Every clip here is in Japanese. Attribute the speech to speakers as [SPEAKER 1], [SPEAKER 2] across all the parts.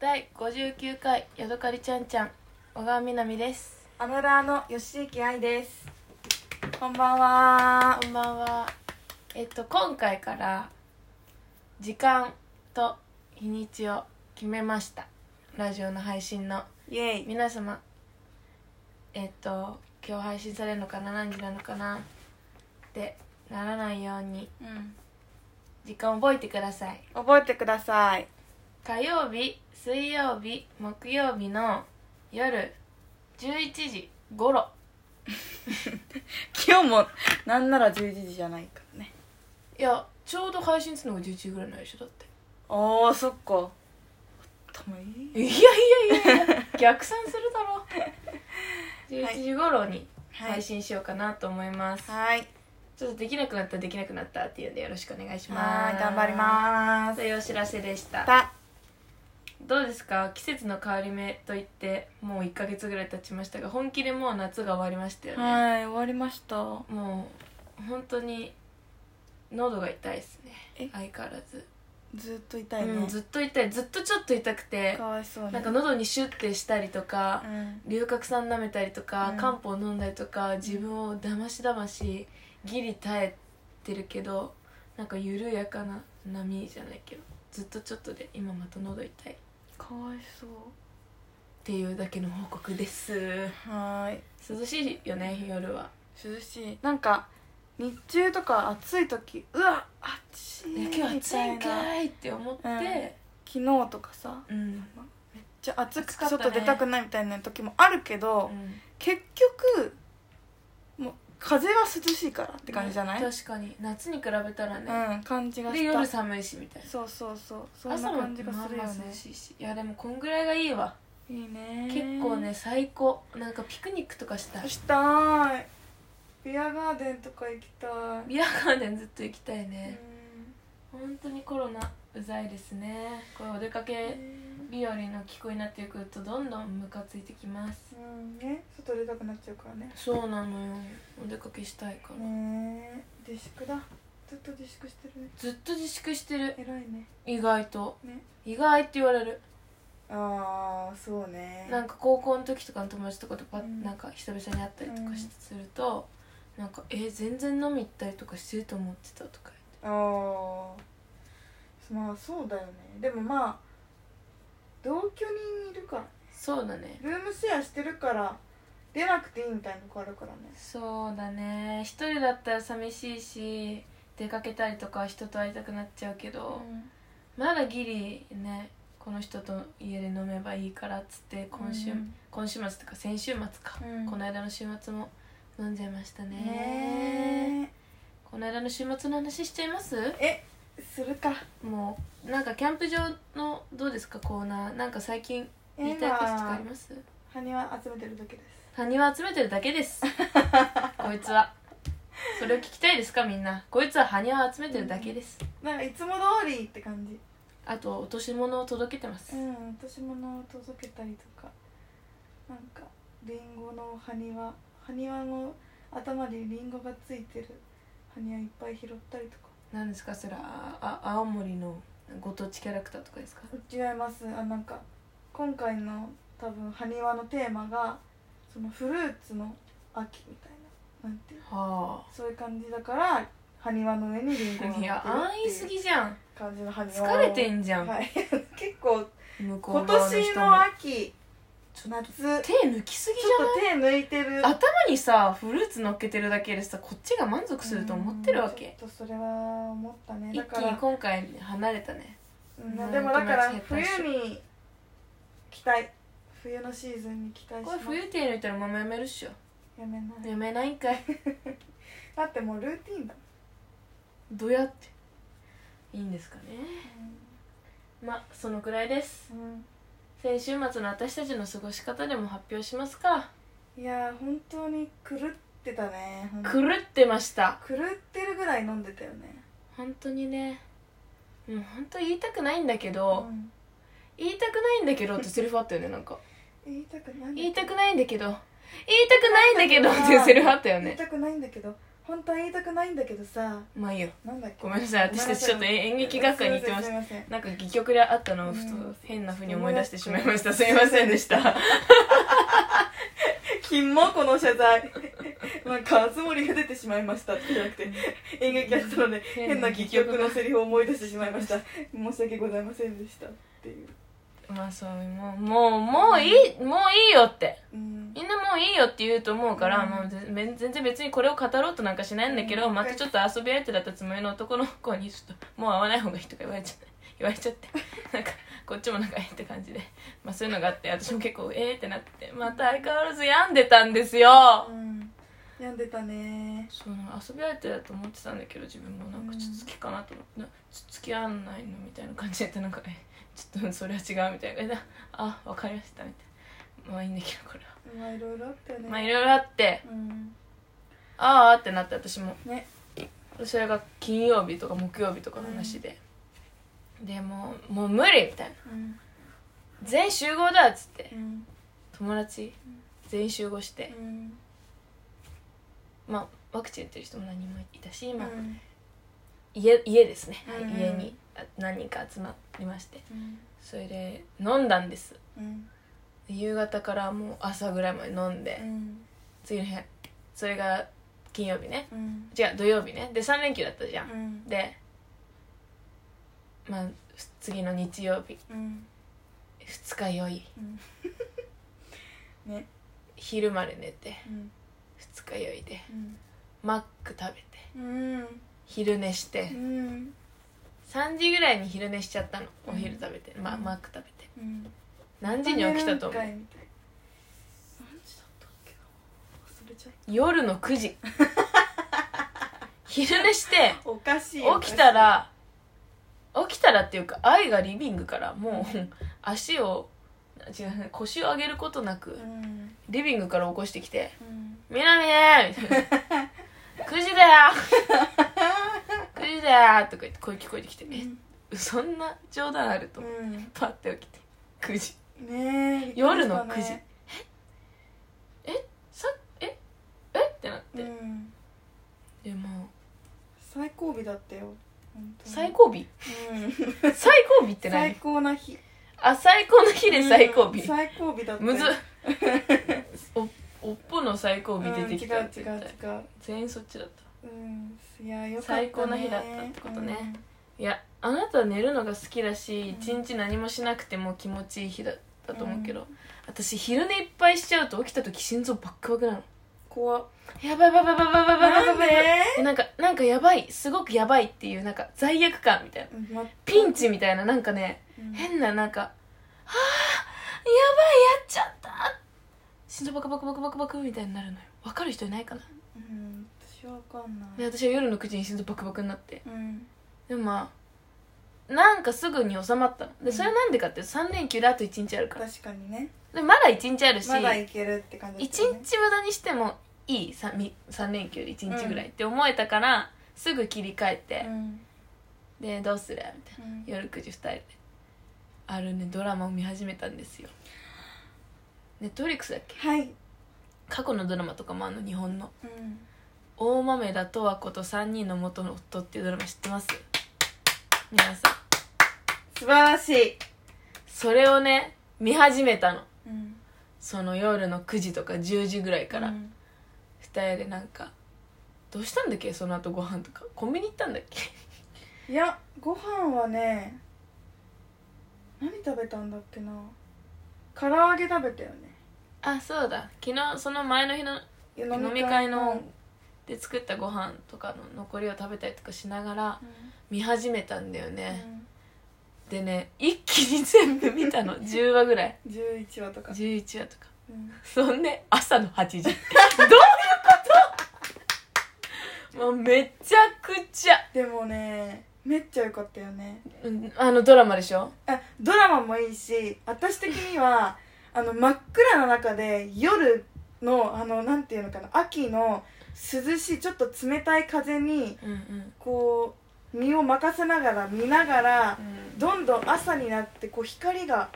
[SPEAKER 1] 第59回ヤドカリちゃんちゃん小川みなみです
[SPEAKER 2] アムラーの吉行愛です。こんばんは。
[SPEAKER 1] こんばんはえっと今回から時間と日にちを決めましたラジオの配信の
[SPEAKER 2] イエイ。
[SPEAKER 1] 皆様えっと今日配信されるのかな何時なのかなってならないように
[SPEAKER 2] うん。
[SPEAKER 1] 時間を覚えてください
[SPEAKER 2] 覚えてください。
[SPEAKER 1] 火曜日水曜日木曜日の夜11時頃
[SPEAKER 2] 今日もなんなら11時じゃないからね。
[SPEAKER 1] いやちょうど配信するのが11時ぐらいのでしょだって
[SPEAKER 2] おー、そっか。たまに。
[SPEAKER 1] いやいやいやいや逆算するだ ろ11時頃に配。信しようかなと思います、
[SPEAKER 2] はい。
[SPEAKER 1] ちょっとできなくなったできなくなったっていうんでよろしくお願いしま
[SPEAKER 2] は
[SPEAKER 1] す
[SPEAKER 2] い、頑張りま
[SPEAKER 1] と
[SPEAKER 2] す。
[SPEAKER 1] いうお知らせでした
[SPEAKER 2] た。
[SPEAKER 1] どうですか季節の変わり目といってもう1ヶ月ぐらい経ちましたが本気でもう夏が終わりましたよね、
[SPEAKER 2] はい、終わりました。
[SPEAKER 1] もう本当に喉が痛いですね
[SPEAKER 2] え
[SPEAKER 1] 相変わらず、
[SPEAKER 2] ずっと痛いね。
[SPEAKER 1] うんずっと痛いずっとちょっと痛くて
[SPEAKER 2] かわいそうに。
[SPEAKER 1] なんか喉にシュッてしたりとか
[SPEAKER 2] う、ん。
[SPEAKER 1] 龍角散舐めたりとか、
[SPEAKER 2] うん
[SPEAKER 1] 漢方飲んだりとか自分をだましだましギリ耐えてるけどなんか緩やかな波じゃないけどずっとちょっとで今また喉痛いっ
[SPEAKER 2] かわいそう。
[SPEAKER 1] ていうだけの報告です
[SPEAKER 2] はーい。
[SPEAKER 1] 涼しいよね夜は
[SPEAKER 2] 涼しいなんか日中とか暑い時うわ暑い
[SPEAKER 1] 今
[SPEAKER 2] み
[SPEAKER 1] 日暑
[SPEAKER 2] た
[SPEAKER 1] い
[SPEAKER 2] い
[SPEAKER 1] ん
[SPEAKER 2] な
[SPEAKER 1] かいって思って、
[SPEAKER 2] 昨日とかさ
[SPEAKER 1] うん
[SPEAKER 2] じゃあ暑く
[SPEAKER 1] 暑かったね
[SPEAKER 2] 外出たくないみたいな時もあるけど、
[SPEAKER 1] うん
[SPEAKER 2] 結局もう風が涼しいからって感じじゃない、
[SPEAKER 1] ね確かに夏に比べたらね、
[SPEAKER 2] うん感じが
[SPEAKER 1] で
[SPEAKER 2] し
[SPEAKER 1] 夜
[SPEAKER 2] た
[SPEAKER 1] 寒いしみたいな
[SPEAKER 2] そうそうそうそんな感じがするよ
[SPEAKER 1] 朝もまあ
[SPEAKER 2] ね
[SPEAKER 1] まあ涼しいしいやでもこんぐらいがいいわ
[SPEAKER 2] いいね
[SPEAKER 1] 結構ね最高なんかピクニックとかしたい
[SPEAKER 2] したいビアガーデンとか行きたい、
[SPEAKER 1] ビアガーデンずっと行きたいね、
[SPEAKER 2] うん
[SPEAKER 1] 本当にコロナうざいですねこれお出かけ日和の気候になってくるとどんどんムカついてきます
[SPEAKER 2] うんね外出たくなっちゃうからね
[SPEAKER 1] そうなのよお出かけしたいから、
[SPEAKER 2] ねえ自粛だずっと自粛してるね
[SPEAKER 1] ずっと自粛してる
[SPEAKER 2] 偉いね
[SPEAKER 1] 意外と
[SPEAKER 2] ね
[SPEAKER 1] 意外って言われる
[SPEAKER 2] ああそうね
[SPEAKER 1] なんか高校の時とかの友達とかとパッ、
[SPEAKER 2] うん
[SPEAKER 1] なんか久々に会ったりとかしすると、なんか「え全然飲み行ったりとかしてると思ってた」とか
[SPEAKER 2] ああまあそうだよねでもまあ同居人いるか
[SPEAKER 1] 言っ
[SPEAKER 2] ら
[SPEAKER 1] てそうだね
[SPEAKER 2] ルームシェアしてるから出なくていいみたいなのがあるからね
[SPEAKER 1] そうだね一人だったら寂しいし出かけたりとかは人と会いたくなっちゃうけど、まだギリねこの人と家で飲めばいいからっつって今週、
[SPEAKER 2] うん
[SPEAKER 1] 今週末とか先週末か、
[SPEAKER 2] うん
[SPEAKER 1] この間の週末も飲んじゃいましたね
[SPEAKER 2] ね
[SPEAKER 1] この間の週末の話しちゃいます
[SPEAKER 2] ええするか
[SPEAKER 1] もうなんかキャンプ場のどうですかコーナーなんか最近言いたいこととかあります
[SPEAKER 2] 埴輪集めてるだけです
[SPEAKER 1] 他人を集めてるだけです こいつはそれを聞きたいですかみんなこいつは埴輪を集めてるだけです、
[SPEAKER 2] なんかいつも通りって感じ
[SPEAKER 1] あと落とし物を届けてます、
[SPEAKER 2] うん落とし物を届けたりとかなんかリンゴの埴輪埴輪の頭にリンゴがついてる埴輪いっぱい拾ったりとか
[SPEAKER 1] なんですかそれああ青森のご当地キャラクターとかですか
[SPEAKER 2] 違いますあなんか今回の多分埴輪のテーマがそのフルーツの秋みたいななんていう
[SPEAKER 1] は
[SPEAKER 2] そういう感じだから埴輪の上にリンゴが乗っ
[SPEAKER 1] あい
[SPEAKER 2] てる
[SPEAKER 1] や安易す
[SPEAKER 2] っていう
[SPEAKER 1] ぎじゃん
[SPEAKER 2] 感じの埴輪を
[SPEAKER 1] 疲れてんじゃん、
[SPEAKER 2] はい 結構
[SPEAKER 1] 向こ
[SPEAKER 2] 今
[SPEAKER 1] う側の
[SPEAKER 2] 年
[SPEAKER 1] 人
[SPEAKER 2] の
[SPEAKER 1] も
[SPEAKER 2] 秋
[SPEAKER 1] ちょっと
[SPEAKER 2] 夏
[SPEAKER 1] 手抜きすぎ
[SPEAKER 2] ちょ
[SPEAKER 1] じ
[SPEAKER 2] っと手抜いてる
[SPEAKER 1] ゃない頭にさフルーツ乗っけてるだけでさこっちが満足すると思ってるわ
[SPEAKER 2] うん
[SPEAKER 1] け
[SPEAKER 2] ちょっとそれは思ったね
[SPEAKER 1] 一
[SPEAKER 2] だ
[SPEAKER 1] 気
[SPEAKER 2] か
[SPEAKER 1] に
[SPEAKER 2] ら
[SPEAKER 1] 今回離れたね
[SPEAKER 2] うん
[SPEAKER 1] なんか
[SPEAKER 2] でもだから
[SPEAKER 1] 間違えた
[SPEAKER 2] 冬
[SPEAKER 1] でしょ
[SPEAKER 2] に期待冬のシーズンに期待し
[SPEAKER 1] こ
[SPEAKER 2] ま
[SPEAKER 1] れ
[SPEAKER 2] す
[SPEAKER 1] 冬手抜いたらママやめるっしょ
[SPEAKER 2] やめない
[SPEAKER 1] やめないんかい
[SPEAKER 2] だってもうルーティンだ
[SPEAKER 1] どうやっていいんですかねまあそのくらいです
[SPEAKER 2] もん、
[SPEAKER 1] 先週末の私たちの過ごし方でも発表しますか
[SPEAKER 2] うんいやー本当に狂ってたねほんと
[SPEAKER 1] 狂ってました
[SPEAKER 2] 狂ってるぐらい飲んでたよね
[SPEAKER 1] 本当にねもう本当言いたくないんだけど、
[SPEAKER 2] うん
[SPEAKER 1] 言いたくないんだけどってセリフあったよねなんか
[SPEAKER 2] 言いたくない
[SPEAKER 1] 言いたくないんだけど言いたくないんだけどっていうセリフあったよ
[SPEAKER 2] 言い
[SPEAKER 1] ね
[SPEAKER 2] たくないんだけど本当は言いたくないんだけどさ
[SPEAKER 1] まあいいよ
[SPEAKER 2] なんだっけ
[SPEAKER 1] ごめんなさい私たちちょっと演劇学科に行ってまし
[SPEAKER 2] す
[SPEAKER 1] た
[SPEAKER 2] いませ んすいま
[SPEAKER 1] なんか戯曲であったのをふと
[SPEAKER 2] うん
[SPEAKER 1] 変なふうに思い出してしまいましたすいませんでした
[SPEAKER 2] せん金もこの謝罪 なんか熱森が出てしまいましたってじゃな くて演劇やってたので変な戯曲のセリフを思い出してしまいました申し訳ございませんでしたっていう
[SPEAKER 1] まあそうもうもうもういいもういいよって
[SPEAKER 2] うん
[SPEAKER 1] みんなもういいよって言うと思うから、
[SPEAKER 2] うん
[SPEAKER 1] もうぜ全全然別にこれを語ろうとなんかしないんだけど、
[SPEAKER 2] うん
[SPEAKER 1] またちょっと遊び相手だったつもりの男の子にちょっともう会わない方がいいとか言われちゃって 言われちゃってなんかこっちもなんかえーって感じで、まあ、そういうのがあって私も結構えーってなってまた相変わらず病んでたんですよ、
[SPEAKER 2] うん病んでたね
[SPEAKER 1] その遊び相手だと思ってたんだけど自分もなんかちょっと好きかなと思って、なちょっと付き合わないのみたいな感じでなんかえちょっとそれは違うみたいな感じであわかりましたみたいなまあいいんだけどこれは、
[SPEAKER 2] まあいろいろあったよね
[SPEAKER 1] まあいろいろあって
[SPEAKER 2] うん
[SPEAKER 1] ああってなって私も
[SPEAKER 2] ね
[SPEAKER 1] それが金曜日とか木曜日とかの話で、でもうもう無理みたいな
[SPEAKER 2] うん
[SPEAKER 1] 全員集合だっつって
[SPEAKER 2] うん
[SPEAKER 1] 友達全員集合して、
[SPEAKER 2] うん
[SPEAKER 1] まあワクチン打ってる人も何人もいたし今、
[SPEAKER 2] うん
[SPEAKER 1] 家家ですね、はい
[SPEAKER 2] うん
[SPEAKER 1] 家にあ何人か集まりまして
[SPEAKER 2] うん
[SPEAKER 1] それで飲んだんです
[SPEAKER 2] うん
[SPEAKER 1] 夕方からもう朝ぐらいまで飲んで、
[SPEAKER 2] うん
[SPEAKER 1] 次の日それが金曜日ね
[SPEAKER 2] うん
[SPEAKER 1] 違う土曜日ねで3連休だったじゃん、
[SPEAKER 2] うん
[SPEAKER 1] でまあふ次の日曜日
[SPEAKER 2] うん
[SPEAKER 1] 二日酔い
[SPEAKER 2] ね
[SPEAKER 1] 昼まで寝て
[SPEAKER 2] うん
[SPEAKER 1] 二日酔いで
[SPEAKER 2] うん
[SPEAKER 1] マック食べて
[SPEAKER 2] うん
[SPEAKER 1] 昼寝して
[SPEAKER 2] うん
[SPEAKER 1] 3時ぐらいに昼寝しちゃったのお昼食べて、ま、マック食べて
[SPEAKER 2] うん
[SPEAKER 1] 何時に起きたと思う
[SPEAKER 2] 何時だったっけな忘れちゃっ
[SPEAKER 1] 夜の9時昼寝して
[SPEAKER 2] たおかしい
[SPEAKER 1] 起きたら起きたらっていうか愛がリビングからもう足を違う腰を上げることな
[SPEAKER 2] う
[SPEAKER 1] く
[SPEAKER 2] ん
[SPEAKER 1] リビングから起こしてきて
[SPEAKER 2] うん
[SPEAKER 1] 「みなみね!」 みたいな「9時だよ! 」9時だよとか言って声聞こえてきて「
[SPEAKER 2] うん
[SPEAKER 1] えそんな冗談あると思って
[SPEAKER 2] うん
[SPEAKER 1] パッて起きて9時
[SPEAKER 2] ねえ
[SPEAKER 1] 夜の
[SPEAKER 2] びっくり
[SPEAKER 1] 9
[SPEAKER 2] し
[SPEAKER 1] 時
[SPEAKER 2] たね
[SPEAKER 1] さええってなって、
[SPEAKER 2] うん
[SPEAKER 1] でもう
[SPEAKER 2] 最後尾だったよ本当に
[SPEAKER 1] 最後尾
[SPEAKER 2] うん
[SPEAKER 1] 最後尾って
[SPEAKER 2] 最
[SPEAKER 1] 何
[SPEAKER 2] 高な日
[SPEAKER 1] あ最高の日で最後尾、
[SPEAKER 2] うん最後尾だったよ
[SPEAKER 1] むずっおおっぽの最後尾出てきた
[SPEAKER 2] うん
[SPEAKER 1] っ
[SPEAKER 2] 違
[SPEAKER 1] て
[SPEAKER 2] う違
[SPEAKER 1] 言
[SPEAKER 2] う
[SPEAKER 1] った
[SPEAKER 2] 違う
[SPEAKER 1] 全員そっちだった
[SPEAKER 2] うんいやよかったね
[SPEAKER 1] 最高な日だったってことねいやあなたは寝るのが好きだし
[SPEAKER 2] うん
[SPEAKER 1] 一日何もしなくても気持ちいい日だったと思うけど、私昼寝いっぱいしちゃうと起きた時心臓バックバクなの
[SPEAKER 2] 怖っ
[SPEAKER 1] やばいやばいやばいやばいやばいやばいやばいやばい
[SPEAKER 2] で
[SPEAKER 1] えなんかなんかやばいすごくやばいっていうなんか罪悪感みたいなピンチみたいななんかね変ななんか「はあやばいやっちゃった!」心臓バクバクバクバクバクみたいになるのよ分かる人いないかな
[SPEAKER 2] うん私はわかんな
[SPEAKER 1] で
[SPEAKER 2] い
[SPEAKER 1] 私は夜の9時に心臓バクバクになって
[SPEAKER 2] うん
[SPEAKER 1] でもまあなんかすぐに収まったの
[SPEAKER 2] う
[SPEAKER 1] で
[SPEAKER 2] ん
[SPEAKER 1] それはなんでかって3連休であと1日あるから
[SPEAKER 2] 確かにね
[SPEAKER 1] でまだ1日あるし、
[SPEAKER 2] まだいけるって感じ
[SPEAKER 1] 一
[SPEAKER 2] だったよね
[SPEAKER 1] 日無駄にしてもいい 3, 三連休で1日ぐらいって思えたから、すぐ切り替えて
[SPEAKER 2] う、ん
[SPEAKER 1] でどうするみたいな
[SPEAKER 2] うん
[SPEAKER 1] 夜9時2人であるねドラマを見始めたんですよネットフリックスだっけ
[SPEAKER 2] はい
[SPEAKER 1] 過去のドラマとかもあんの日本の
[SPEAKER 2] うん
[SPEAKER 1] 大豆田十和子と3人の元の夫っていうドラマ知ってます皆さん
[SPEAKER 2] 素晴らしい
[SPEAKER 1] それをね見始めたの
[SPEAKER 2] うん
[SPEAKER 1] その夜の9時とか10時ぐらいから、
[SPEAKER 2] うん
[SPEAKER 1] 二人でなんかどうしたんだっけその後ご飯とかコンビニ行ったんだっけ
[SPEAKER 2] いやご飯はね何食べたんだっけな唐揚げ食べたよね
[SPEAKER 1] あそうだ昨日その前の日の
[SPEAKER 2] 飲
[SPEAKER 1] 飲み会ので作ったご飯とかの残りを食べたりとかしながら
[SPEAKER 2] うん
[SPEAKER 1] 見始めたんだよね、でね一気に全部見た の10話ぐらい
[SPEAKER 2] うん11話とか、
[SPEAKER 1] 11話とか
[SPEAKER 2] うん
[SPEAKER 1] そんで朝の8時 どういうこともうめちゃくちゃ
[SPEAKER 2] でもねめっちゃ良かったよね
[SPEAKER 1] うんあのドラマでしょ
[SPEAKER 2] あドラマもいいし私的に はあの真っ暗な中で夜のあのなんていうのかな秋の涼しいちょっと冷たい風に
[SPEAKER 1] うんうん
[SPEAKER 2] こう身を任せながら見ながらどんどん朝になってこう光が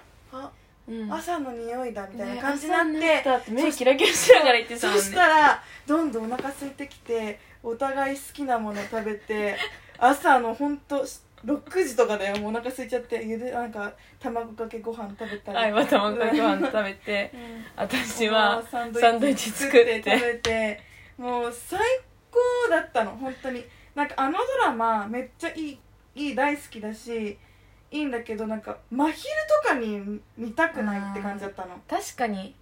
[SPEAKER 1] うん
[SPEAKER 2] 朝の匂いだみたいな感じに
[SPEAKER 1] ね
[SPEAKER 2] なって,、
[SPEAKER 1] 朝たって目キラキラしながら言ってた
[SPEAKER 2] そ
[SPEAKER 1] もんね
[SPEAKER 2] したらどんどんお腹空いてきてお互い好きなもの食べて朝のほんと6時とかだよもうお腹空いちゃってゆでなんか卵かけご飯食べたり
[SPEAKER 1] 愛は卵かけご飯食べ て
[SPEAKER 2] うん
[SPEAKER 1] 私は
[SPEAKER 2] サン
[SPEAKER 1] サンドイッチ作って
[SPEAKER 2] 作食べてもう最高だったの本当になんかあのドラマめっちゃいいいい大好きだしいいんだけどなんか真昼とかに見たくないって感じだったの
[SPEAKER 1] 確かに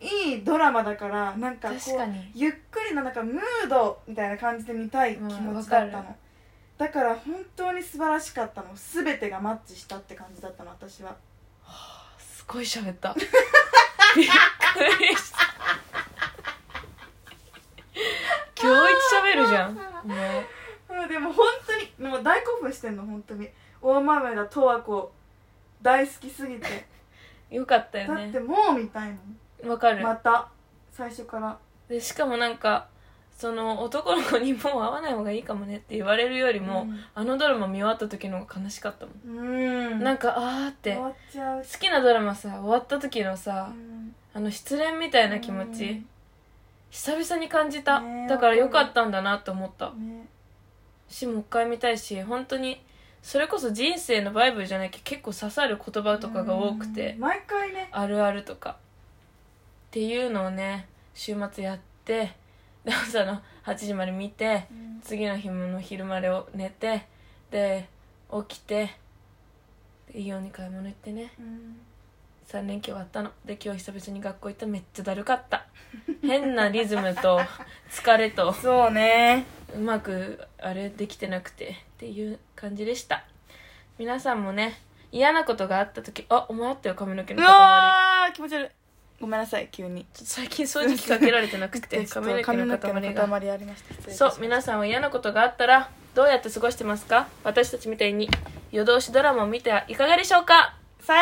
[SPEAKER 2] いいドラマだからなんかこ
[SPEAKER 1] 確か
[SPEAKER 2] う
[SPEAKER 1] に
[SPEAKER 2] ゆっくりななんかムードみたいな感じで見たい気持ちだった
[SPEAKER 1] うんわ
[SPEAKER 2] の、
[SPEAKER 1] かる
[SPEAKER 2] だから本当に素晴らしかったの全てがマッチしたって感じだったの私は
[SPEAKER 1] すごい喋った びっくりした今日一喋るじゃんね
[SPEAKER 2] うんでも本当にもう大興奮してんの本当に大豆田十和子大好きすぎて
[SPEAKER 1] よかった
[SPEAKER 2] だ
[SPEAKER 1] よ
[SPEAKER 2] って
[SPEAKER 1] ね
[SPEAKER 2] もう見たいもん
[SPEAKER 1] わかる
[SPEAKER 2] また最初から
[SPEAKER 1] でしかもなんかその男の子にもう会わない方がいいかもねって言われるよりも、あのドラマ見終わった時の方が悲しかったもん、
[SPEAKER 2] うん
[SPEAKER 1] なんんかあーって
[SPEAKER 2] 終
[SPEAKER 1] 好
[SPEAKER 2] わっちゃうし
[SPEAKER 1] きなドラマさ終わった時のさ、
[SPEAKER 2] うん
[SPEAKER 1] あの失恋みたいな気持ち、
[SPEAKER 2] うん
[SPEAKER 1] 久々に感じた、
[SPEAKER 2] ねえ
[SPEAKER 1] だからよかったんだなと思った、
[SPEAKER 2] ね
[SPEAKER 1] しもう一回見たいし本当にそれこそ人生のバイブルじゃなきゃ結構刺さる言葉とかが多くて、
[SPEAKER 2] うん毎回ね
[SPEAKER 1] あるあるとかっていうのをね週末やってで朝の8時まで見て次の日の昼までを寝てで起きてでイオンに買い物行ってね
[SPEAKER 2] うん
[SPEAKER 1] 3連休終わったので今日久々に学校行っためっちゃだるかった変なリズムと 疲れと
[SPEAKER 2] そうね
[SPEAKER 1] うまくあれできてなくてっていう感じでした皆さんもね嫌なことがあった時あお前あったよ髪の毛
[SPEAKER 2] う
[SPEAKER 1] の塊
[SPEAKER 2] わー気持ち悪いごめんなさい急に
[SPEAKER 1] ちょっと最近掃除機かけられてなくて
[SPEAKER 2] ちょっ
[SPEAKER 1] 髪
[SPEAKER 2] と
[SPEAKER 1] の毛
[SPEAKER 2] 髪
[SPEAKER 1] の
[SPEAKER 2] の毛の
[SPEAKER 1] 塊が
[SPEAKER 2] 塊ありました失礼いたし
[SPEAKER 1] そ
[SPEAKER 2] ま
[SPEAKER 1] う
[SPEAKER 2] した
[SPEAKER 1] 皆さんは嫌なことがあったらどうやって過ごしてますか私たちみたいに夜通しドラマを見てはいかがでしょうか